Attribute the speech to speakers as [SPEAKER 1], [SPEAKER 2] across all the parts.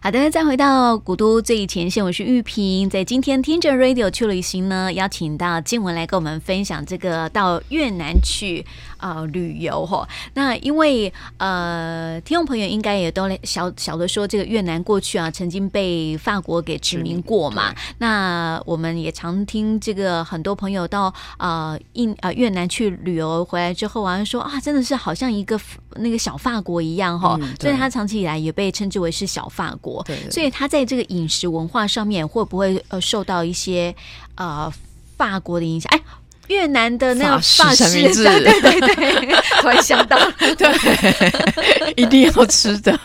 [SPEAKER 1] 好的，再回到古都最前线，我是玉萍。在今天听着 Radio 去旅行呢，邀请到静文来跟我们分享这个到越南去呃旅游吼。那因为呃，听众朋友应该也都小小的说，这个越南过去啊曾经被法国给殖民过嘛。那我们也常听这个很多朋友到呃印呃越南去旅游回来之后啊，说啊真的是好像一个那个小法国一样哈、
[SPEAKER 2] 嗯对
[SPEAKER 1] 所以它长期以来也被称之为是小法国。
[SPEAKER 2] 对对对
[SPEAKER 1] 所以他在这个饮食文化上面会不会呃受到一些呃法国的影响？哎，越南的那个
[SPEAKER 2] 法
[SPEAKER 1] 法式，
[SPEAKER 2] 式三明 治
[SPEAKER 1] 对对对， 突然想到 了
[SPEAKER 2] 对， 一定要吃的，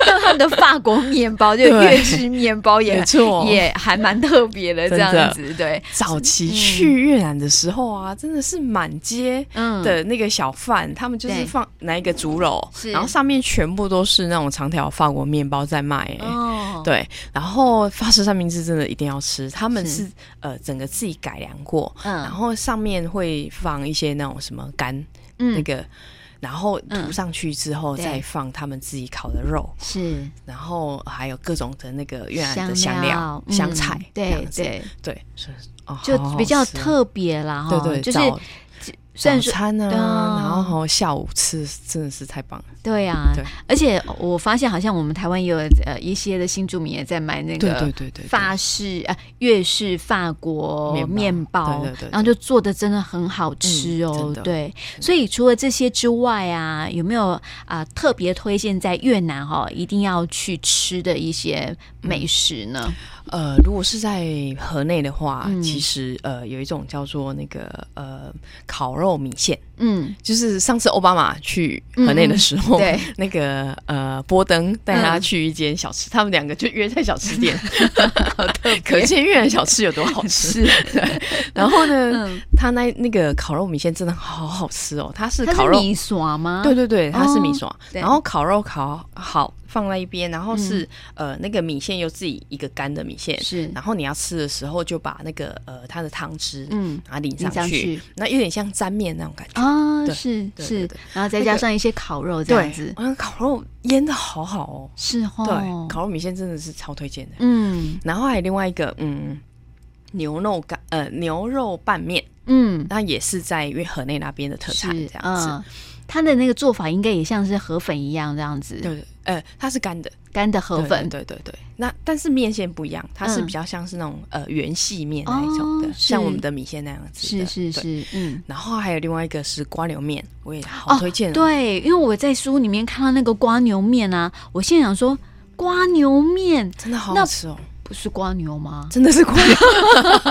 [SPEAKER 1] 他们的法国面包，就
[SPEAKER 2] 对
[SPEAKER 1] 越式面包 也
[SPEAKER 2] 没错
[SPEAKER 1] 也还蛮特别的这
[SPEAKER 2] 真的
[SPEAKER 1] 样子，对，
[SPEAKER 2] 早期去越南的时候啊，真的是满街
[SPEAKER 1] 嗯，
[SPEAKER 2] 的那个小贩，他们就是
[SPEAKER 1] 对
[SPEAKER 2] 放拿一个竹篓
[SPEAKER 1] 是，
[SPEAKER 2] 然后上面全部都是那种长条法国面包在卖、欸，
[SPEAKER 1] 哦，
[SPEAKER 2] 对，然后法式三明治真的一定要吃，他们
[SPEAKER 1] 是
[SPEAKER 2] 是呃整个自己改良过，然
[SPEAKER 1] 嗯
[SPEAKER 2] 后上面会放一些那种什么干、那
[SPEAKER 1] 嗯，
[SPEAKER 2] 个，然后
[SPEAKER 1] 嗯
[SPEAKER 2] 涂上去之后
[SPEAKER 1] 对
[SPEAKER 2] 再放他们自己烤的肉，
[SPEAKER 1] 是
[SPEAKER 2] 然后还有各种的那个越南的香料、
[SPEAKER 1] 嗯
[SPEAKER 2] 香菜，这
[SPEAKER 1] 对
[SPEAKER 2] 样子
[SPEAKER 1] 对，
[SPEAKER 2] 对，是哦，
[SPEAKER 1] 就
[SPEAKER 2] 好好
[SPEAKER 1] 比较
[SPEAKER 2] 吃
[SPEAKER 1] 特别啦，哈
[SPEAKER 2] 对对，
[SPEAKER 1] 就是
[SPEAKER 2] 早
[SPEAKER 1] 虽然
[SPEAKER 2] 早
[SPEAKER 1] 说
[SPEAKER 2] 餐啊，
[SPEAKER 1] 对啊
[SPEAKER 2] 然后还有下午吃，真的是太棒了。
[SPEAKER 1] 对啊呀、
[SPEAKER 2] 对
[SPEAKER 1] 而且我发现好像我们台湾也有呃一些的新住民也在买那
[SPEAKER 2] 对
[SPEAKER 1] 个
[SPEAKER 2] 对对对，
[SPEAKER 1] 法式呃粤式法国
[SPEAKER 2] 面包
[SPEAKER 1] 面包，
[SPEAKER 2] 对对对对
[SPEAKER 1] 然后就做的真的很好吃
[SPEAKER 2] 嗯
[SPEAKER 1] 哦
[SPEAKER 2] 真。的
[SPEAKER 1] 对，所以除了这些之外啊，有没有啊、特别推荐在越南哈、哦、一定要去吃的一些美食呢？
[SPEAKER 2] 呃，如果是在河内的话，
[SPEAKER 1] 嗯
[SPEAKER 2] 其实呃有一种叫做那个呃烤肉米线，
[SPEAKER 1] 嗯，
[SPEAKER 2] 就是上次奥巴马去河内的时候，
[SPEAKER 1] 对，
[SPEAKER 2] 那个呃波登带他去一间小
[SPEAKER 1] 嗯
[SPEAKER 2] 吃，他们两个就约在小吃 店，可见越南小吃有多好吃。 对然后呢，
[SPEAKER 1] 嗯，
[SPEAKER 2] 他那那个烤肉米线真的好好吃哦，它是
[SPEAKER 1] 它
[SPEAKER 2] 烤
[SPEAKER 1] 是
[SPEAKER 2] 肉
[SPEAKER 1] 米耍吗？
[SPEAKER 2] 对对对，它是米
[SPEAKER 1] 哦
[SPEAKER 2] 爽，
[SPEAKER 1] 对
[SPEAKER 2] 然后烤肉烤好放在一边，然后是、
[SPEAKER 1] 嗯
[SPEAKER 2] 呃那个米线又自己一个干的米线，
[SPEAKER 1] 是
[SPEAKER 2] 然后你要吃的时候就把那个呃它的汤汁
[SPEAKER 1] 嗯
[SPEAKER 2] 把它淋
[SPEAKER 1] 淋上
[SPEAKER 2] 上去
[SPEAKER 1] 去，
[SPEAKER 2] 那有点像沾面那种感觉。
[SPEAKER 1] 啊，
[SPEAKER 2] 对
[SPEAKER 1] 是
[SPEAKER 2] 对
[SPEAKER 1] 是
[SPEAKER 2] 对对，
[SPEAKER 1] 然后再
[SPEAKER 2] 那
[SPEAKER 1] 加
[SPEAKER 2] 个
[SPEAKER 1] 上一些烤肉这样
[SPEAKER 2] 对
[SPEAKER 1] 子，，
[SPEAKER 2] 嗯，烤肉腌的好好哦，
[SPEAKER 1] 是哦，
[SPEAKER 2] 对，烤肉米线真的是超推荐的。
[SPEAKER 1] 嗯
[SPEAKER 2] 然后还有另外一个，嗯，牛肉干呃牛肉拌面，
[SPEAKER 1] 嗯，
[SPEAKER 2] 那也是在因为河内那边的特
[SPEAKER 1] 是
[SPEAKER 2] 产这样子。
[SPEAKER 1] 嗯，它的那个做法应该也像是河粉一样这样子，
[SPEAKER 2] 对，对呃，它是干的，
[SPEAKER 1] 干的河
[SPEAKER 2] 对
[SPEAKER 1] 粉。
[SPEAKER 2] 对对对对。那但是面线不一样，它是
[SPEAKER 1] 嗯
[SPEAKER 2] 比较像是那种、呃圆细面那一种的，
[SPEAKER 1] 哦
[SPEAKER 2] 像
[SPEAKER 1] 是
[SPEAKER 2] 我们的米线那样子
[SPEAKER 1] 是
[SPEAKER 2] 的。
[SPEAKER 1] 是
[SPEAKER 2] 对。
[SPEAKER 1] 是，嗯，
[SPEAKER 2] 然后还有另外一个是瓜牛面，我也好推荐、哦
[SPEAKER 1] 对，因为我在书里面看到那个瓜牛面啊，我现在想说，瓜牛面
[SPEAKER 2] 真的好
[SPEAKER 1] 那
[SPEAKER 2] 好吃哦，
[SPEAKER 1] 不是瓜牛吗？
[SPEAKER 2] 真的是瓜牛，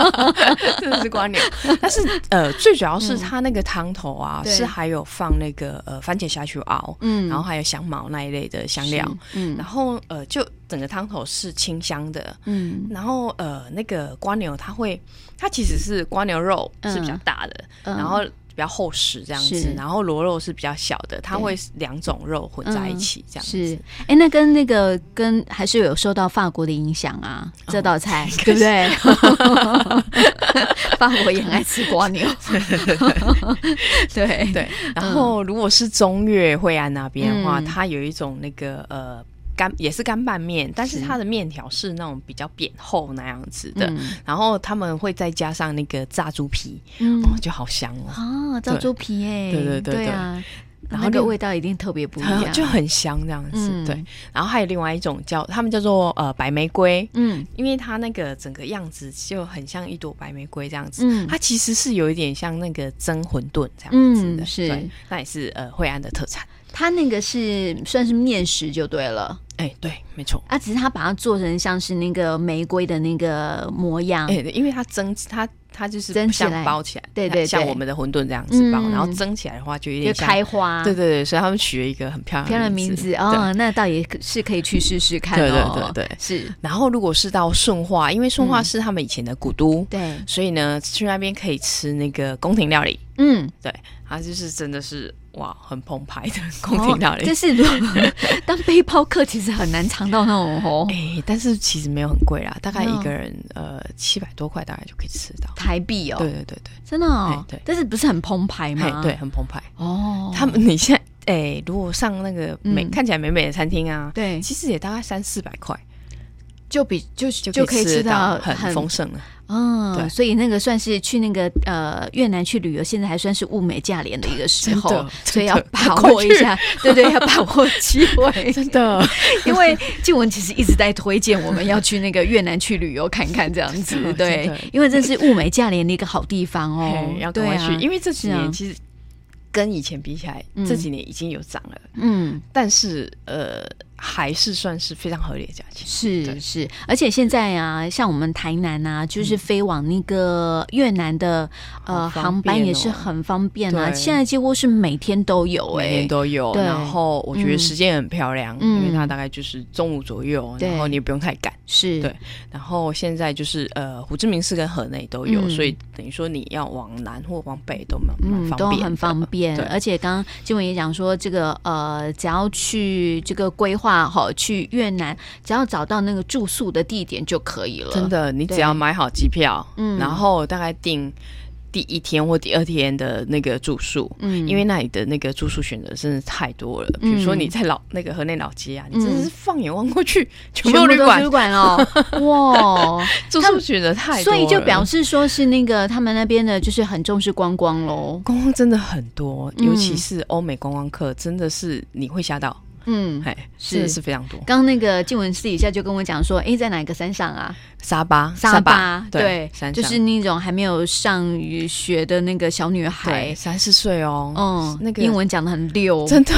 [SPEAKER 2] 真的是瓜牛。但是呃，最主要是它那个汤头啊，
[SPEAKER 1] 对
[SPEAKER 2] 是还有放那个呃番茄下去熬，
[SPEAKER 1] 嗯，
[SPEAKER 2] 然后还有香茅那一类的香料，
[SPEAKER 1] 是，嗯，
[SPEAKER 2] 然后呃，就整个汤头是清香的，
[SPEAKER 1] 嗯
[SPEAKER 2] 然后呃，那个瓜牛它会，它其实是瓜牛肉是比较大的，
[SPEAKER 1] 嗯
[SPEAKER 2] 然后比较厚实这样
[SPEAKER 1] 是
[SPEAKER 2] 子，然后螺肉是比较小的，它
[SPEAKER 1] 对
[SPEAKER 2] 会两种肉混在一起这样子。
[SPEAKER 1] 是，哎，那跟那个跟还是有受到法国的影响啊，这道菜
[SPEAKER 2] 哦
[SPEAKER 1] 对不对？ 法国也很爱吃瓜 牛， 对
[SPEAKER 2] 对，然后如果是中越惠安那边的话，
[SPEAKER 1] 嗯
[SPEAKER 2] 它有一种那个呃干也是干拌面，但是
[SPEAKER 1] 是
[SPEAKER 2] 它的面条是那种比较扁厚那样子的，
[SPEAKER 1] 嗯
[SPEAKER 2] 然后他们会再加上那个炸猪皮，
[SPEAKER 1] 嗯
[SPEAKER 2] 哦，就好香 哦，
[SPEAKER 1] 啊，照
[SPEAKER 2] 对
[SPEAKER 1] 猪皮哎、
[SPEAKER 2] 对对对对
[SPEAKER 1] 啊，
[SPEAKER 2] 然
[SPEAKER 1] 那
[SPEAKER 2] 后
[SPEAKER 1] 个
[SPEAKER 2] 另
[SPEAKER 1] 味道一定特别不一
[SPEAKER 2] 很
[SPEAKER 1] 样，
[SPEAKER 2] 就很香这样子。
[SPEAKER 1] 啊嗯
[SPEAKER 2] 对，然后还有另外一种叫他们叫做呃白玫瑰，
[SPEAKER 1] 嗯
[SPEAKER 2] 因为它那个整个样子就很像一朵白玫瑰这样子，
[SPEAKER 1] 嗯
[SPEAKER 2] 它其实是有一点像那个蒸馄饨这样子
[SPEAKER 1] 嗯
[SPEAKER 2] 的，
[SPEAKER 1] 是
[SPEAKER 2] 对，那也是呃惠安的特产。
[SPEAKER 1] 它那个是算是面食就对了
[SPEAKER 2] 哎、对，没错。
[SPEAKER 1] 啊，只是它把它做成像是那个玫瑰的那个模样，
[SPEAKER 2] 哎、因为它蒸，它它就是
[SPEAKER 1] 嗯蒸起来
[SPEAKER 2] 像包起来，
[SPEAKER 1] 对对
[SPEAKER 2] 像
[SPEAKER 1] 对
[SPEAKER 2] 我们的馄饨这样子包，
[SPEAKER 1] 嗯
[SPEAKER 2] 然后蒸起来的话就有
[SPEAKER 1] 就
[SPEAKER 2] 点像，
[SPEAKER 1] 开花，
[SPEAKER 2] 对对对，所以他们取了一个很漂
[SPEAKER 1] 漂亮
[SPEAKER 2] 亮的
[SPEAKER 1] 的名字哦，那倒也是可以去试试看
[SPEAKER 2] 对对
[SPEAKER 1] 哦，
[SPEAKER 2] 对对
[SPEAKER 1] 是，
[SPEAKER 2] 然后如果是到顺化，因为顺化
[SPEAKER 1] 嗯
[SPEAKER 2] 是他们以前的古都，
[SPEAKER 1] 对，
[SPEAKER 2] 所以呢，去那边可以吃那个宫廷料理，
[SPEAKER 1] 嗯，
[SPEAKER 2] 对，它就是真的是哇，很澎湃的宫廷料理。
[SPEAKER 1] 但哦是如果 当背包客其实很难尝到那种哦。
[SPEAKER 2] 哎、但是其实没有很贵啦，大概
[SPEAKER 1] 嗯
[SPEAKER 2] 一个人、呃七百多块，大概就可以吃到。
[SPEAKER 1] 台币哦，
[SPEAKER 2] 对对对对，
[SPEAKER 1] 真的哦，
[SPEAKER 2] 对对
[SPEAKER 1] 但是不是很澎湃
[SPEAKER 2] 嘿
[SPEAKER 1] 吗？，
[SPEAKER 2] 对，，很澎湃。
[SPEAKER 1] 嗯哦，
[SPEAKER 2] 他们你现在哎、如果上那个美、
[SPEAKER 1] 嗯
[SPEAKER 2] 看起来美美的餐厅啊，
[SPEAKER 1] 对
[SPEAKER 2] 其实也大概三四百块，
[SPEAKER 1] 就比就
[SPEAKER 2] 就
[SPEAKER 1] 就
[SPEAKER 2] 可
[SPEAKER 1] 可
[SPEAKER 2] 以
[SPEAKER 1] 以
[SPEAKER 2] 吃
[SPEAKER 1] 吃
[SPEAKER 2] 到
[SPEAKER 1] 到
[SPEAKER 2] 很丰盛的。对
[SPEAKER 1] 嗯，所以那个算是去那个呃越南去旅游，现在还算是物美价廉的一个时
[SPEAKER 2] 真
[SPEAKER 1] 候
[SPEAKER 2] 的，
[SPEAKER 1] 所以
[SPEAKER 2] 真
[SPEAKER 1] 要
[SPEAKER 2] 的
[SPEAKER 1] 把
[SPEAKER 2] 快
[SPEAKER 1] 握一
[SPEAKER 2] 去
[SPEAKER 1] 下，对对，要把握机 会。
[SPEAKER 2] 真的，
[SPEAKER 1] 因为静文其实一直在推荐我们要去那个越南去旅游看看这样 子
[SPEAKER 2] 真的，
[SPEAKER 1] 对
[SPEAKER 2] 真的，
[SPEAKER 1] 因为这是物美价廉的一个好地方哦
[SPEAKER 2] 嘿，要
[SPEAKER 1] 对
[SPEAKER 2] 赶快
[SPEAKER 1] 啊
[SPEAKER 2] 去，因为这几
[SPEAKER 1] 是啊
[SPEAKER 2] 年其实跟以前比起来，
[SPEAKER 1] 嗯
[SPEAKER 2] 这几年已经有涨了，
[SPEAKER 1] 嗯。
[SPEAKER 2] 但是呃，还是算是非常合理的价钱。
[SPEAKER 1] 是
[SPEAKER 2] 对嗯
[SPEAKER 1] 是，而且现在啊，像我们台南啊，就是飞往那个越南的、呃
[SPEAKER 2] 好方
[SPEAKER 1] 航班
[SPEAKER 2] 便
[SPEAKER 1] 也是
[SPEAKER 2] 哦
[SPEAKER 1] 很方便啊。
[SPEAKER 2] 对
[SPEAKER 1] 现在几乎是每天都有、欸，
[SPEAKER 2] 每年都有，
[SPEAKER 1] 对
[SPEAKER 2] 然后我觉得
[SPEAKER 1] 嗯
[SPEAKER 2] 时间也很漂亮，
[SPEAKER 1] 嗯
[SPEAKER 2] 因为它大概就是中午左右，
[SPEAKER 1] 对
[SPEAKER 2] 然后你也不用太赶。
[SPEAKER 1] 是
[SPEAKER 2] 对然后现在就是呃，胡志明市跟河内都有，
[SPEAKER 1] 嗯
[SPEAKER 2] 所以等于说你要往南或往北都蛮
[SPEAKER 1] 嗯
[SPEAKER 2] 蛮，方
[SPEAKER 1] 都
[SPEAKER 2] 便的，
[SPEAKER 1] 很方便
[SPEAKER 2] 对，
[SPEAKER 1] 而且刚刚金文也讲说，这个呃，只要去这个规划好去越南，只要找到那个住宿的地点就可以了。
[SPEAKER 2] 真，的，你
[SPEAKER 1] 对
[SPEAKER 2] 只要买好机票，
[SPEAKER 1] 嗯
[SPEAKER 2] 然后大概订第一天或第二天的那个住宿。
[SPEAKER 1] 嗯，
[SPEAKER 2] 因为那里的那个住宿选择真的太多了，比如说
[SPEAKER 1] 嗯
[SPEAKER 2] 你在老那个河内老街啊，你
[SPEAKER 1] 嗯
[SPEAKER 2] 真的是放眼望过 去，全
[SPEAKER 1] 全
[SPEAKER 2] 部
[SPEAKER 1] 部都
[SPEAKER 2] 都旅
[SPEAKER 1] 是
[SPEAKER 2] 馆
[SPEAKER 1] 旅馆 哦，哇！
[SPEAKER 2] 住宿选择太多
[SPEAKER 1] 所
[SPEAKER 2] 了，
[SPEAKER 1] 以就表示说是那个他们那边的，就是很重视观光喽。
[SPEAKER 2] 观光真的很多，
[SPEAKER 1] 嗯
[SPEAKER 2] 尤其是欧美观光客，真的是你会吓到，
[SPEAKER 1] 嗯，
[SPEAKER 2] 哎，
[SPEAKER 1] 是
[SPEAKER 2] 真的是非常多。
[SPEAKER 1] 刚刚那个静文私底下就跟我讲说，哎诶，在哪个山上啊？
[SPEAKER 2] 沙巴，
[SPEAKER 1] 沙
[SPEAKER 2] 巴，
[SPEAKER 1] 对，
[SPEAKER 2] 山
[SPEAKER 1] 就是
[SPEAKER 2] 上
[SPEAKER 1] 那种还没有上学的那个小女孩
[SPEAKER 2] 对，三四岁哦，
[SPEAKER 1] 嗯，
[SPEAKER 2] 那个
[SPEAKER 1] 英文讲的很溜，
[SPEAKER 2] 真 的，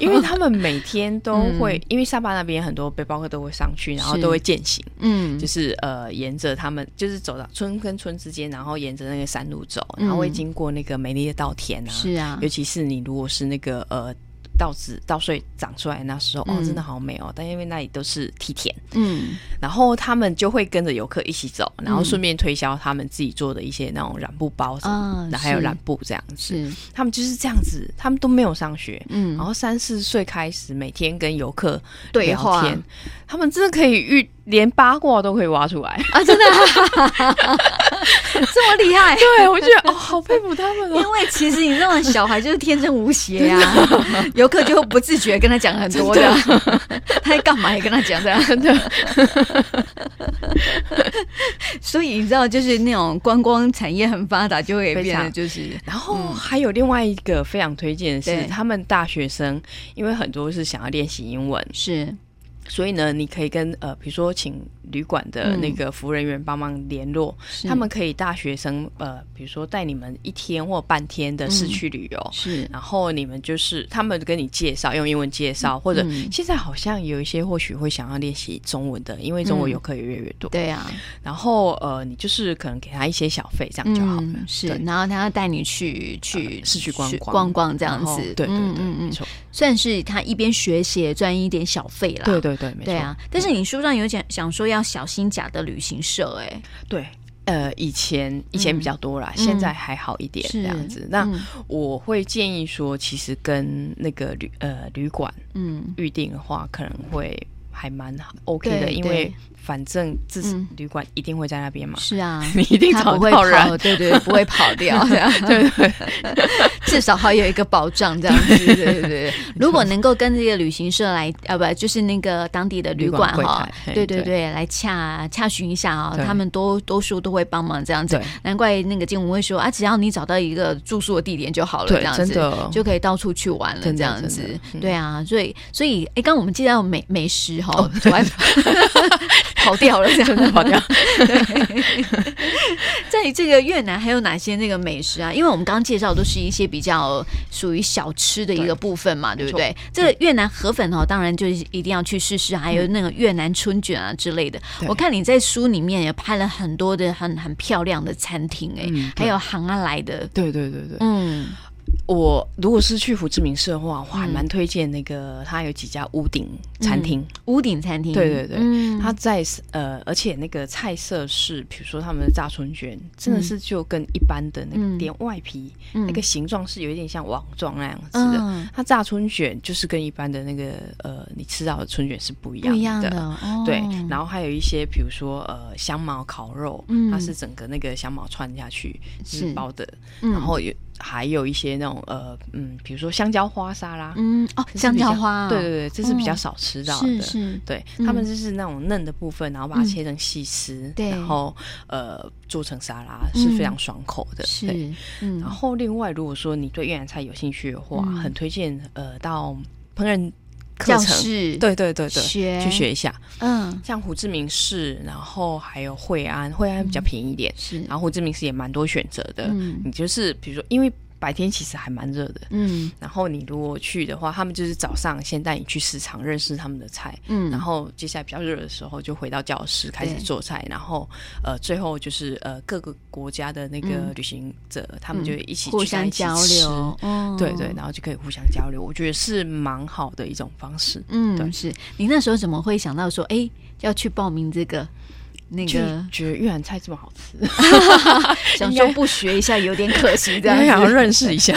[SPEAKER 2] 因为他们每天都会，因为沙巴那边很多背包客都会上去，然后
[SPEAKER 1] 是
[SPEAKER 2] 都会践行，
[SPEAKER 1] 嗯
[SPEAKER 2] 就是呃，沿着他们就是走到村跟村之间，然后沿着那个山路走，
[SPEAKER 1] 嗯
[SPEAKER 2] 然后会经过那个美丽的稻田啊，
[SPEAKER 1] 是啊
[SPEAKER 2] 尤，其是你如果是那个呃。稻子稻穗长出来的那时候，哦，
[SPEAKER 1] 嗯
[SPEAKER 2] 真的好美哦！但因为那里都是梯田，
[SPEAKER 1] 嗯
[SPEAKER 2] 然后他们就会跟着游客一起走，然后
[SPEAKER 1] 嗯
[SPEAKER 2] 顺便推销他们自己做的一些那种染布包什么
[SPEAKER 1] 啊
[SPEAKER 2] 的，然后还有
[SPEAKER 1] 是
[SPEAKER 2] 染布这样子。
[SPEAKER 1] 是，
[SPEAKER 2] 他们就是这样子，他们都没有上学，
[SPEAKER 1] 嗯
[SPEAKER 2] 然后三四岁开始每天跟游客
[SPEAKER 1] 对
[SPEAKER 2] 聊
[SPEAKER 1] 话
[SPEAKER 2] 天，他们真的可以遇连八卦都可以挖出来。
[SPEAKER 1] 啊，真的、 这么厉害。
[SPEAKER 2] 对，我觉得哦，好佩服他们 啊
[SPEAKER 1] 因。为其实你知道，小孩就是天真无邪呀、啊， 游客就会不自觉跟他讲很多的， 他在干嘛也跟他讲这 样的。所以你知道，就是那种观光产业很发达，就会
[SPEAKER 2] 非
[SPEAKER 1] 变得
[SPEAKER 2] 常
[SPEAKER 1] 就是
[SPEAKER 2] 然后还有另外一个非常推荐的是，
[SPEAKER 1] 对
[SPEAKER 2] 他们大学生因为很多是想要练习英文，
[SPEAKER 1] 是
[SPEAKER 2] 所以呢，你可以跟呃，比如说请旅馆的
[SPEAKER 1] 嗯
[SPEAKER 2] 那个服务人员帮忙联络，
[SPEAKER 1] 是
[SPEAKER 2] 他们可以大学生呃，比如说带你们一天或半天的市区旅游，
[SPEAKER 1] 是
[SPEAKER 2] 然后你们就是他们跟你介绍，用英文介绍，或者
[SPEAKER 1] 嗯
[SPEAKER 2] 现在好像有一些或许会想要练习中文的，因为中
[SPEAKER 1] 嗯
[SPEAKER 2] 文游客也越来越多。
[SPEAKER 1] 对啊，
[SPEAKER 2] 然后呃，你就是可能给他一些小费，这样就好了。
[SPEAKER 1] 嗯、是
[SPEAKER 2] 对，
[SPEAKER 1] 然后他要带你去去、
[SPEAKER 2] 呃市区观
[SPEAKER 1] 去
[SPEAKER 2] 光
[SPEAKER 1] 逛逛这
[SPEAKER 2] 这
[SPEAKER 1] 样子，
[SPEAKER 2] 对对对，
[SPEAKER 1] 嗯嗯
[SPEAKER 2] 没
[SPEAKER 1] 嗯，
[SPEAKER 2] 错，
[SPEAKER 1] 算是他一边学习也赚一点小费啦，
[SPEAKER 2] 对对对，没错，
[SPEAKER 1] 对啊。但是你书上有讲讲说要小心假的旅行社、欸，
[SPEAKER 2] 对。呃，以前以前比较多啦，
[SPEAKER 1] 嗯
[SPEAKER 2] 现在还好一点
[SPEAKER 1] 是
[SPEAKER 2] 这样子。那
[SPEAKER 1] 嗯
[SPEAKER 2] 我会建议说，其实跟那个旅呃旅馆
[SPEAKER 1] 嗯，
[SPEAKER 2] 预定的话，可能会还蛮好 OK
[SPEAKER 1] 对
[SPEAKER 2] 的，因
[SPEAKER 1] 对
[SPEAKER 2] 为反正自
[SPEAKER 1] 嗯
[SPEAKER 2] 旅馆一定会在那边嘛，
[SPEAKER 1] 是啊。
[SPEAKER 2] 你一定
[SPEAKER 1] 他
[SPEAKER 2] 找
[SPEAKER 1] 不会
[SPEAKER 2] 到人
[SPEAKER 1] 跑，。对对，不会跑 掉，这样
[SPEAKER 2] 对对，
[SPEAKER 1] 至少还有一个保障，这样子，对对对。如果能够跟这个旅行社来，啊，不，就是那个当地的旅馆
[SPEAKER 2] 旅馆柜
[SPEAKER 1] 哈
[SPEAKER 2] 台，嘿
[SPEAKER 1] 对对
[SPEAKER 2] 对
[SPEAKER 1] 对，来洽洽询一下啊，
[SPEAKER 2] 对
[SPEAKER 1] 他们多多数都会帮忙这样子
[SPEAKER 2] 对。
[SPEAKER 1] 难怪那个金文会说啊，只要你找到一个住宿的地点就好了，
[SPEAKER 2] 对
[SPEAKER 1] 这样
[SPEAKER 2] 真
[SPEAKER 1] 子
[SPEAKER 2] 的
[SPEAKER 1] 就可以到处去玩了，
[SPEAKER 2] 真的
[SPEAKER 1] 这样
[SPEAKER 2] 真
[SPEAKER 1] 子
[SPEAKER 2] 的。嗯
[SPEAKER 1] 对啊，所以所以，哎，刚刚我们记到美美食哈，
[SPEAKER 2] 哦
[SPEAKER 1] 我还 跑掉了，这 样
[SPEAKER 2] 跑掉。
[SPEAKER 1] 在这个越南还有哪些那个美食啊？因为我们刚刚介绍都是一些比较属于小吃的一个部分嘛，对
[SPEAKER 2] 对
[SPEAKER 1] 不对？这个越南河粉哦，当然就是一定要去试试，还有那个越南春卷啊之类的。
[SPEAKER 2] 对
[SPEAKER 1] 我看你在书里面也拍了很多的很很漂亮的餐厅、哎、
[SPEAKER 2] 嗯对
[SPEAKER 1] 还有行啊来的，
[SPEAKER 2] 对对对对，
[SPEAKER 1] 嗯，
[SPEAKER 2] 我如果是去胡志明市的话，我还蛮推荐那个，它有几家屋顶餐厅，
[SPEAKER 1] 屋顶餐厅，
[SPEAKER 2] 对对对
[SPEAKER 1] 嗯
[SPEAKER 2] 它在呃，而且那个菜色是，比如说他们的炸春卷，真的是就跟一般的那
[SPEAKER 1] 嗯
[SPEAKER 2] 个，连外皮、那个形状是有一点像网状那样子的。
[SPEAKER 1] 嗯
[SPEAKER 2] 它炸春卷就是跟一般的那个呃，你吃到的春卷是不一
[SPEAKER 1] 不一样
[SPEAKER 2] 样的。
[SPEAKER 1] 的，哦、
[SPEAKER 2] 对，然后还有一些，比如说呃，香茅烤肉，
[SPEAKER 1] 嗯
[SPEAKER 2] 它是整个那个香茅串下去，就是是包的，
[SPEAKER 1] 嗯
[SPEAKER 2] 然后有还有一些那种呃嗯，比如说香蕉花沙拉，
[SPEAKER 1] 嗯，哦，
[SPEAKER 2] 这是
[SPEAKER 1] 香
[SPEAKER 2] 比较
[SPEAKER 1] 蕉花，
[SPEAKER 2] 对对对，这是比较
[SPEAKER 1] 哦
[SPEAKER 2] 少吃到的。
[SPEAKER 1] 是是，
[SPEAKER 2] 对
[SPEAKER 1] 嗯
[SPEAKER 2] 他们就是那种嫩的部分，然后把它
[SPEAKER 1] 嗯
[SPEAKER 2] 切成细丝，
[SPEAKER 1] 对
[SPEAKER 2] 然后呃做成沙拉是非常
[SPEAKER 1] 嗯
[SPEAKER 2] 爽口的。对，
[SPEAKER 1] 是，嗯
[SPEAKER 2] 然后另外如果说你对越南菜有兴趣的话，
[SPEAKER 1] 嗯
[SPEAKER 2] 很推荐呃到烹饪课
[SPEAKER 1] 教
[SPEAKER 2] 程，
[SPEAKER 1] 室，
[SPEAKER 2] 对对对对，
[SPEAKER 1] 学
[SPEAKER 2] 去学一下。
[SPEAKER 1] 嗯，
[SPEAKER 2] 像胡志明市，然后还有惠安，惠安比较便宜一点，
[SPEAKER 1] 是，
[SPEAKER 2] 然后胡志明市也蛮多选择的。
[SPEAKER 1] 嗯
[SPEAKER 2] 你就是比如说，因为白天其实还蛮热的，
[SPEAKER 1] 嗯
[SPEAKER 2] 然后你如果去的话，他们就是早上先带你去市场认识他们的菜，
[SPEAKER 1] 嗯，
[SPEAKER 2] 然后接下来比较热的时候就回到教室开始
[SPEAKER 1] 对
[SPEAKER 2] 做菜，然后呃最后就是呃各个国家的那个
[SPEAKER 1] 嗯
[SPEAKER 2] 旅行者，他们就一起
[SPEAKER 1] 互
[SPEAKER 2] 聚在
[SPEAKER 1] 相
[SPEAKER 2] 一起
[SPEAKER 1] 交
[SPEAKER 2] 吃
[SPEAKER 1] 流，哦
[SPEAKER 2] 对对，。然后就可以互相交流，我觉得是蛮好的一种方式。
[SPEAKER 1] 嗯，
[SPEAKER 2] 对
[SPEAKER 1] 是你那时候怎么会想到说，哎，要去报名这个那
[SPEAKER 2] 就
[SPEAKER 1] 个？
[SPEAKER 2] 觉得越南菜这么好吃，
[SPEAKER 1] 想说不学一下有点可 惜，这样
[SPEAKER 2] 想要
[SPEAKER 1] 子。
[SPEAKER 2] 认识 一下。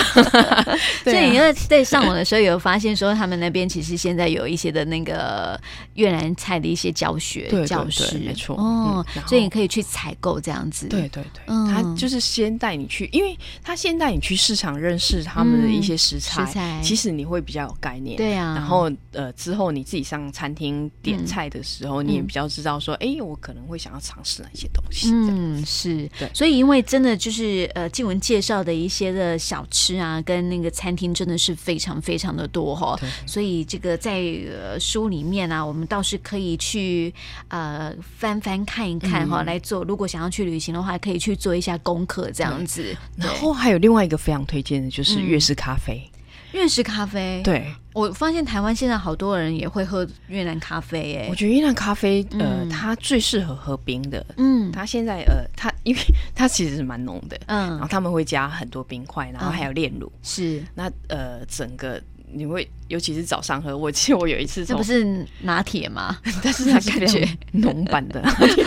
[SPEAKER 1] 所以你
[SPEAKER 2] 对啊
[SPEAKER 1] 要在上网的时候有发现说，他们那边其实现在有一些的那个越南菜的一些教学
[SPEAKER 2] 对对
[SPEAKER 1] 教
[SPEAKER 2] 对
[SPEAKER 1] 室，
[SPEAKER 2] 没错
[SPEAKER 1] 哦
[SPEAKER 2] 嗯，然后
[SPEAKER 1] 所以你可以去采购这样子。
[SPEAKER 2] 对对对，
[SPEAKER 1] 嗯
[SPEAKER 2] 他就是先带你去，因为他先带你去市场认识他们的一些食材，
[SPEAKER 1] 嗯食材
[SPEAKER 2] 其实你会比较有概念。
[SPEAKER 1] 对啊，
[SPEAKER 2] 然后呃，之后你自己上餐厅点
[SPEAKER 1] 嗯
[SPEAKER 2] 菜的时候，你也比较知道说，哎、我可能会想要尝试哪些东西。这样
[SPEAKER 1] 嗯，是
[SPEAKER 2] 对，
[SPEAKER 1] 所以因为真的就是呃，静文介绍的一些的小吃啊，跟那个餐厅真的是非常非常的多哈、
[SPEAKER 2] 对
[SPEAKER 1] 所以这个在、呃、书里面啊，我们倒是可以去呃翻翻看一
[SPEAKER 2] 嗯
[SPEAKER 1] 看哈、来做。如果想要去旅行的话，可以去做一下功课这样子。
[SPEAKER 2] 然后还有另外一个非常推荐的就是
[SPEAKER 1] 嗯
[SPEAKER 2] 越式咖啡，
[SPEAKER 1] 对越式咖啡，，
[SPEAKER 2] 对
[SPEAKER 1] 我发现台湾现在好多人也会喝越南咖啡耶、
[SPEAKER 2] 我觉得越南咖啡，呃，
[SPEAKER 1] 哎嗯
[SPEAKER 2] 它最适合喝冰的。
[SPEAKER 1] 嗯
[SPEAKER 2] 它现在呃，它因为它其实是蛮浓的，然后
[SPEAKER 1] 嗯，
[SPEAKER 2] 他们会加很多冰块，然后还有炼乳。
[SPEAKER 1] 是，
[SPEAKER 2] 那呃，整个你会，尤其是早上喝，我记得我有一次
[SPEAKER 1] 这
[SPEAKER 2] 从，
[SPEAKER 1] 不是拿铁吗？
[SPEAKER 2] 但是它是
[SPEAKER 1] 感
[SPEAKER 2] 非
[SPEAKER 1] 觉
[SPEAKER 2] 常浓版的，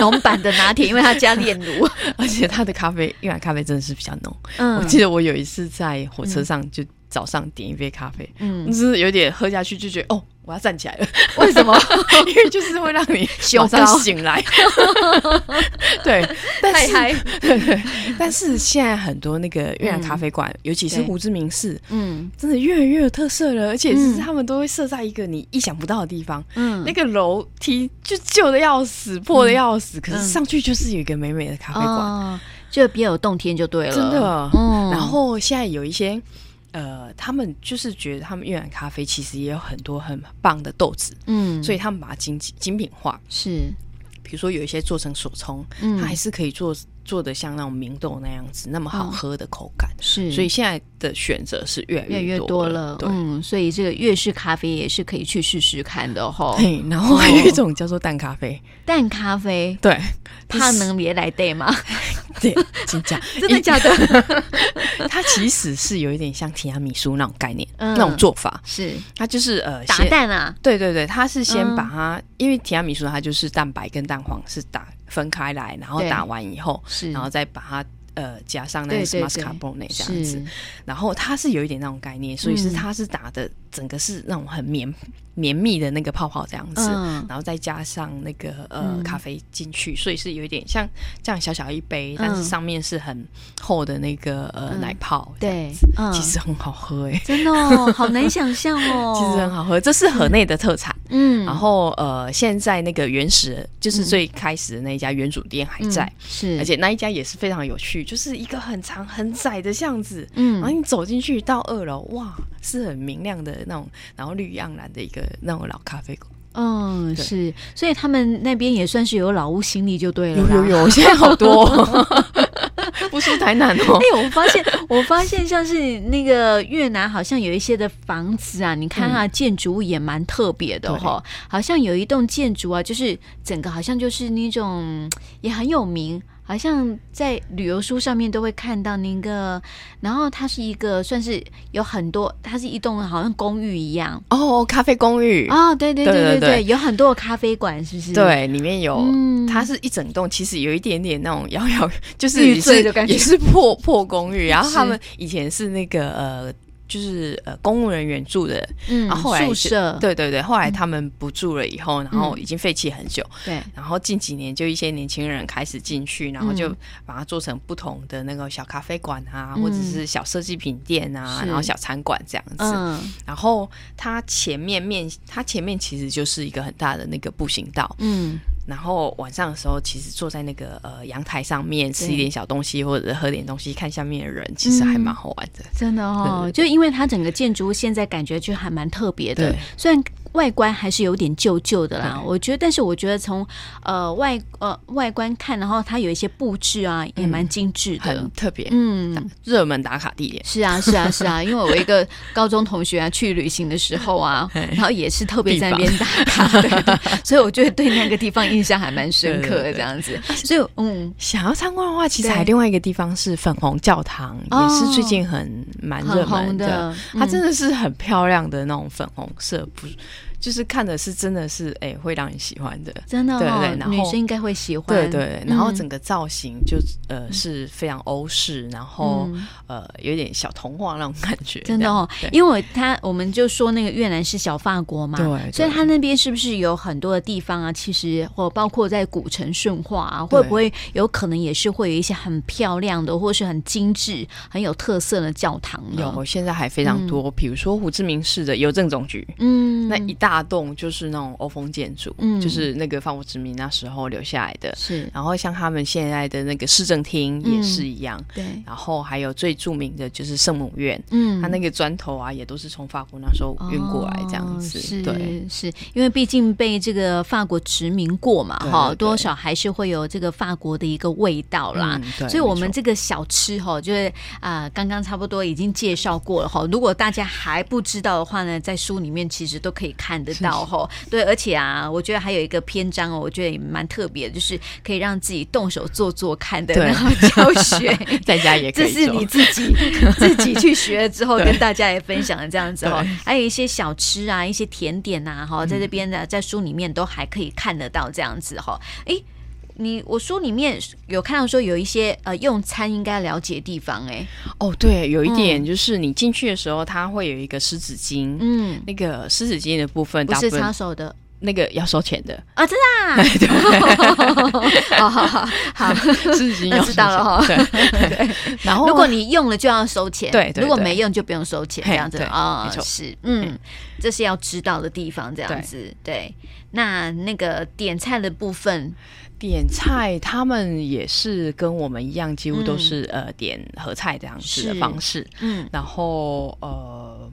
[SPEAKER 1] 浓版的拿铁，因为它加炼乳。
[SPEAKER 2] 而且它的咖啡，越南咖啡真的是比较浓。
[SPEAKER 1] 嗯
[SPEAKER 2] 我记得我有一次在火车上就早上点一杯咖啡，
[SPEAKER 1] 嗯
[SPEAKER 2] 就，是有点喝下去就觉得哦，我要站 起来了，
[SPEAKER 1] 为什么？
[SPEAKER 2] 因为就是会让你
[SPEAKER 1] 羞
[SPEAKER 2] 马上
[SPEAKER 1] 高
[SPEAKER 2] 醒 来。对，但
[SPEAKER 1] 太
[SPEAKER 2] 是
[SPEAKER 1] 嗨。
[SPEAKER 2] 但是现在很多那个越南咖啡馆，尤其
[SPEAKER 1] 嗯
[SPEAKER 2] 是
[SPEAKER 1] 对
[SPEAKER 2] 胡志明市，
[SPEAKER 1] 嗯
[SPEAKER 2] 真的越来越有特色了，而且就是
[SPEAKER 1] 嗯
[SPEAKER 2] 他们都会设在一个你意想不到的地方。
[SPEAKER 1] 嗯
[SPEAKER 2] 那个楼梯就旧的要死，破的要死，可是
[SPEAKER 1] 嗯
[SPEAKER 2] 上去就是有一个美美的咖啡馆，
[SPEAKER 1] 哦，就别有洞天就对了，
[SPEAKER 2] 真的。啊
[SPEAKER 1] 嗯，
[SPEAKER 2] 然后现在有一些。呃，他们就是觉得他们越南咖啡其实也有很多很棒的豆子，
[SPEAKER 1] 嗯，
[SPEAKER 2] 所以他们把它精精品化。
[SPEAKER 1] 是
[SPEAKER 2] 比如说有一些做成手冲，
[SPEAKER 1] 嗯
[SPEAKER 2] 它还是可以做做的像那种明豆那样子那么好
[SPEAKER 1] 哦
[SPEAKER 2] 喝的口感。
[SPEAKER 1] 嗯是，
[SPEAKER 2] 所以现在的选择是越来
[SPEAKER 1] 越来越
[SPEAKER 2] 多
[SPEAKER 1] 多了，
[SPEAKER 2] 对。
[SPEAKER 1] 嗯，所以这个粤式咖啡也是可以去试试看的吼。
[SPEAKER 2] 嘿，然后还有一种叫做淡咖啡，
[SPEAKER 1] 淡咖啡，
[SPEAKER 2] 对，
[SPEAKER 1] 它能也来 day 吗？
[SPEAKER 2] 对，请讲，
[SPEAKER 1] 真的假的？
[SPEAKER 2] 它其实是有一点像提拉米苏那种概念，
[SPEAKER 1] 嗯
[SPEAKER 2] 那种做法，
[SPEAKER 1] 是
[SPEAKER 2] 它就是呃
[SPEAKER 1] 打
[SPEAKER 2] 先
[SPEAKER 1] 蛋啊，
[SPEAKER 2] 对对对，它是先
[SPEAKER 1] 嗯
[SPEAKER 2] 把它，因为提拉米苏它就是蛋白跟蛋黄是打分开来，然后
[SPEAKER 1] 对
[SPEAKER 2] 打完以后，
[SPEAKER 1] 是，
[SPEAKER 2] 然后再把它呃加上那
[SPEAKER 1] 对
[SPEAKER 2] 个
[SPEAKER 1] 对
[SPEAKER 2] m
[SPEAKER 1] 对
[SPEAKER 2] a s c a r p o n e 这样子
[SPEAKER 1] 是，，
[SPEAKER 2] 然后它是有一点那种概念，所以是
[SPEAKER 1] 嗯
[SPEAKER 2] 它是打的整个是那种很绵绵密的那个泡泡这样子，
[SPEAKER 1] 嗯，
[SPEAKER 2] 然后再加上那个呃、
[SPEAKER 1] 嗯
[SPEAKER 2] 咖啡进去，所以是有一点像这样小小一杯，
[SPEAKER 1] 嗯
[SPEAKER 2] 但是上面是很厚的那个呃、
[SPEAKER 1] 嗯
[SPEAKER 2] 奶泡，
[SPEAKER 1] 对，嗯，
[SPEAKER 2] 其实很好喝哎、
[SPEAKER 1] 真的 哦，好难想象哦，
[SPEAKER 2] 其实很，好喝，这是河内的特产。
[SPEAKER 1] 嗯，
[SPEAKER 2] 然后呃，现在那个原始就是最开始的那一家原主店还
[SPEAKER 1] 嗯
[SPEAKER 2] 在，
[SPEAKER 1] 是，
[SPEAKER 2] 而且那一家也是非常有趣，就是一个很长很窄的巷子，
[SPEAKER 1] 嗯
[SPEAKER 2] 然后你走进去到二楼，哇，是很明亮的那种，然后绿盎然的一个那种老咖啡馆。
[SPEAKER 1] 嗯，
[SPEAKER 2] 对
[SPEAKER 1] 是，所以他们那边也算是有老屋心理就对了
[SPEAKER 2] 有
[SPEAKER 1] 啦。
[SPEAKER 2] 有有，现在好多、 哦，不输台南 哦。
[SPEAKER 1] 哎、我发现，我发现像是那个越南，好像有一些的房子啊，你
[SPEAKER 2] 嗯
[SPEAKER 1] 看它的建筑物也蛮特别的哈、好像有一栋建筑啊，就是整个好像就是那种也很有名，好像在旅游书上面都会看到那个。然后它是一个算是有很多，它是一栋好像公寓一样。
[SPEAKER 2] 哦，咖啡公寓，
[SPEAKER 1] 哦，对对
[SPEAKER 2] 对
[SPEAKER 1] 对
[SPEAKER 2] 对对
[SPEAKER 1] 有很多的咖啡馆，是不是？，
[SPEAKER 2] 对，里面有。
[SPEAKER 1] 嗯，
[SPEAKER 2] 它是一整栋，其实有一点点那种摇 摇，就是
[SPEAKER 1] 欲
[SPEAKER 2] 也
[SPEAKER 1] 坠
[SPEAKER 2] 是
[SPEAKER 1] 的感觉
[SPEAKER 2] 也是破破公寓。然后
[SPEAKER 1] 是
[SPEAKER 2] 他们以前是那个呃就是呃公务人员住的，
[SPEAKER 1] 嗯，嗯
[SPEAKER 2] 啊后来
[SPEAKER 1] 宿
[SPEAKER 2] 是
[SPEAKER 1] 舍
[SPEAKER 2] 对对对，后来他们不住了以后，然后已经废弃很久，
[SPEAKER 1] 对，
[SPEAKER 2] 然后近几年就一些年轻人开始进去，然后就
[SPEAKER 1] 嗯
[SPEAKER 2] 把它做成不同的那个小咖啡馆啊，
[SPEAKER 1] 嗯
[SPEAKER 2] 或者是小设计品店啊，
[SPEAKER 1] 是
[SPEAKER 2] 然后小餐馆这样子。
[SPEAKER 1] 嗯
[SPEAKER 2] 然后它前面面，它前面其实就是一个很大的那个步行道。
[SPEAKER 1] 嗯
[SPEAKER 2] 然后晚上的时候，其实坐在那个呃阳台上面吃
[SPEAKER 1] 对
[SPEAKER 2] 一点小东西，或者喝点东西，看下面的人，其实还蛮好玩的。
[SPEAKER 1] 真的哦，就因为它整个建筑物现在感觉就还蛮特别的
[SPEAKER 2] 对，
[SPEAKER 1] 虽然外观还是有点旧旧的啦，
[SPEAKER 2] 对
[SPEAKER 1] 我觉得，但是我觉得从呃外呃外观看，然后它有一些布置啊，也蛮精致的
[SPEAKER 2] 很，特别，
[SPEAKER 1] 嗯。
[SPEAKER 2] 热门打卡地点。
[SPEAKER 1] 是啊，是啊，是 啊，因为我一个高中同学啊，去旅行的时候 啊，然后也是特别在那边打卡，对对所以我觉得对那个地方印象还蛮深刻的
[SPEAKER 2] 对对对
[SPEAKER 1] 这样子。 所以，嗯，
[SPEAKER 2] 想要参观的话，其实
[SPEAKER 1] 对
[SPEAKER 2] 还有另外一个地方是粉红教堂，
[SPEAKER 1] 哦
[SPEAKER 2] 也是最近很蛮
[SPEAKER 1] 很
[SPEAKER 2] 热
[SPEAKER 1] 红
[SPEAKER 2] 门的。嗯
[SPEAKER 1] 的，嗯
[SPEAKER 2] 它真
[SPEAKER 1] 的
[SPEAKER 2] 的是很漂亮的那种粉红色，不就是看的是真的是哎、会让你喜欢的。
[SPEAKER 1] 真的、哦，
[SPEAKER 2] 对对然后
[SPEAKER 1] 女生应该会喜欢，
[SPEAKER 2] 对对，然后整
[SPEAKER 1] 个
[SPEAKER 2] 个造型就、呃是非常欧式，然后、
[SPEAKER 1] 嗯
[SPEAKER 2] 呃有点小童话那种感觉，
[SPEAKER 1] 真的哦
[SPEAKER 2] 对，
[SPEAKER 1] 因为他我们就说那个越南是小法国嘛，
[SPEAKER 2] 这样。对，
[SPEAKER 1] 所以
[SPEAKER 2] 对
[SPEAKER 1] 它那边是不是有很多的地方啊？其实或包括在古城顺化啊，会不会有可能也是会有一些很漂亮的，或是很精致、很有特色的教堂呢？
[SPEAKER 2] 有现在还非常多，比如说胡志明市的邮政总局。
[SPEAKER 1] 嗯，
[SPEAKER 2] 那一大栋就是那种欧风建筑，
[SPEAKER 1] 嗯
[SPEAKER 2] 就是那个法国殖民那时候留下来的。
[SPEAKER 1] 是
[SPEAKER 2] 然后像他们现在的那个市政厅
[SPEAKER 1] 嗯
[SPEAKER 2] 也是一样，
[SPEAKER 1] 对，
[SPEAKER 2] 然后还有最著名的就是圣母院，
[SPEAKER 1] 嗯，
[SPEAKER 2] 它那个砖头啊也都是从法国那时候运过来这样子。
[SPEAKER 1] 哦是
[SPEAKER 2] 对，
[SPEAKER 1] 是因为毕竟被这个法国殖民过嘛，
[SPEAKER 2] 对
[SPEAKER 1] 哈，
[SPEAKER 2] 对
[SPEAKER 1] 多少还是会有这个法国的一个味道啦。
[SPEAKER 2] 嗯对
[SPEAKER 1] 所以，我
[SPEAKER 2] 没
[SPEAKER 1] 们
[SPEAKER 2] 错
[SPEAKER 1] 这个小吃哈，就是啊、呃刚刚差不多已经介绍过了哈。如果大家还不知道的话呢，在书里面其实都可以看得到哈。对，而且啊，我觉得还有一个篇章哦，我觉得也蛮特别的，就是可以让自己动手做做看的
[SPEAKER 2] 对
[SPEAKER 1] 那个教学。
[SPEAKER 2] 在家也可
[SPEAKER 1] 这
[SPEAKER 2] 以
[SPEAKER 1] 是
[SPEAKER 2] 做
[SPEAKER 1] 你自己自己去学了之后
[SPEAKER 2] 对
[SPEAKER 1] 跟大家也分享的这样子哦
[SPEAKER 2] 对，嗯
[SPEAKER 1] 还有一些小吃啊，一些甜点啊，哈，在这边的在书里面都还可以看得到这样子哈。诶，你我书里面有看到说有一些呃用餐应该了解的地方诶，
[SPEAKER 2] 哦，对，有一点就是你进去的时候，它会有一个湿纸巾。
[SPEAKER 1] 嗯，
[SPEAKER 2] 那个湿纸巾的部分，
[SPEAKER 1] 不
[SPEAKER 2] 大部
[SPEAKER 1] 是插
[SPEAKER 2] 分
[SPEAKER 1] 手的
[SPEAKER 2] 那个要收钱的，
[SPEAKER 1] 啊，真的 啊， 对，好好好好，
[SPEAKER 2] 湿纸巾
[SPEAKER 1] 那
[SPEAKER 2] 要
[SPEAKER 1] 知道了
[SPEAKER 2] 收钱 对，对然后
[SPEAKER 1] 如果你用了就要收钱，
[SPEAKER 2] 哦对对
[SPEAKER 1] 如果
[SPEAKER 2] 对
[SPEAKER 1] 没用就不用收钱，
[SPEAKER 2] 嘿
[SPEAKER 1] 这样子
[SPEAKER 2] 对
[SPEAKER 1] 哦
[SPEAKER 2] 没，错
[SPEAKER 1] 是，嗯，这是要知道的地方，这样子，对。那那个点菜的部分，
[SPEAKER 2] 点菜，他们也是跟我们一样，几乎都是、呃点合菜这样子的
[SPEAKER 1] 嗯是
[SPEAKER 2] 方式。
[SPEAKER 1] 嗯，
[SPEAKER 2] 然后呃，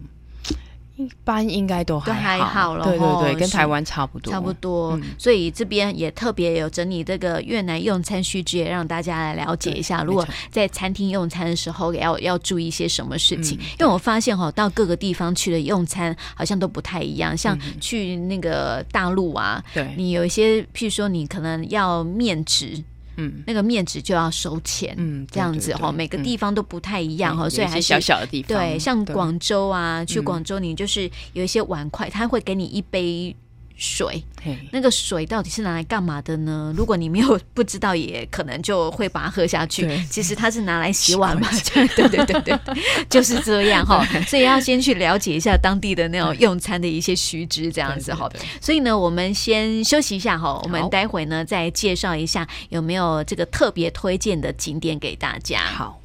[SPEAKER 2] 一般应该都还
[SPEAKER 1] 都还好咯
[SPEAKER 2] 对对
[SPEAKER 1] 吼
[SPEAKER 2] 对，跟
[SPEAKER 1] 是
[SPEAKER 2] 台湾差不多，嗯
[SPEAKER 1] 差不多。所以这边也特别有整理这个越南用餐须知，也让大家来了解一下，
[SPEAKER 2] 对
[SPEAKER 1] 如果
[SPEAKER 2] 没错
[SPEAKER 1] 在餐厅用餐的时候要要注意些什么事
[SPEAKER 2] 嗯
[SPEAKER 1] 情。因为我发现哈、到各个地方去的用餐好像都不太一样，像去那个大陆啊，
[SPEAKER 2] 嗯对，
[SPEAKER 1] 你有一些，譬如说你可能要面值，
[SPEAKER 2] 嗯
[SPEAKER 1] 那个面值就要收钱，
[SPEAKER 2] 嗯，
[SPEAKER 1] 这样子哈，每个地方都不太一样哈，所以还
[SPEAKER 2] 是
[SPEAKER 1] 是
[SPEAKER 2] 小小的地方，
[SPEAKER 1] 对，像
[SPEAKER 2] 对
[SPEAKER 1] 广州啊，去
[SPEAKER 2] 嗯
[SPEAKER 1] 广州你就是有一些碗筷，他会给你一杯水，
[SPEAKER 2] 嘿
[SPEAKER 1] 那个水到底是拿来干嘛的呢？如果你没有不知道，也可能就会把它喝下去
[SPEAKER 2] 对。
[SPEAKER 1] 其实它是拿来洗碗嘛，
[SPEAKER 2] 洗
[SPEAKER 1] 对对对对对，就是这样 哈。所以要先去了解一下当地的那种用餐的一些须知，这样子哈。
[SPEAKER 2] 对对对
[SPEAKER 1] 所以呢，我们先休息一下哈，我们待会呢再介绍一下有没有这个特别推荐的景点给大家。
[SPEAKER 2] 好，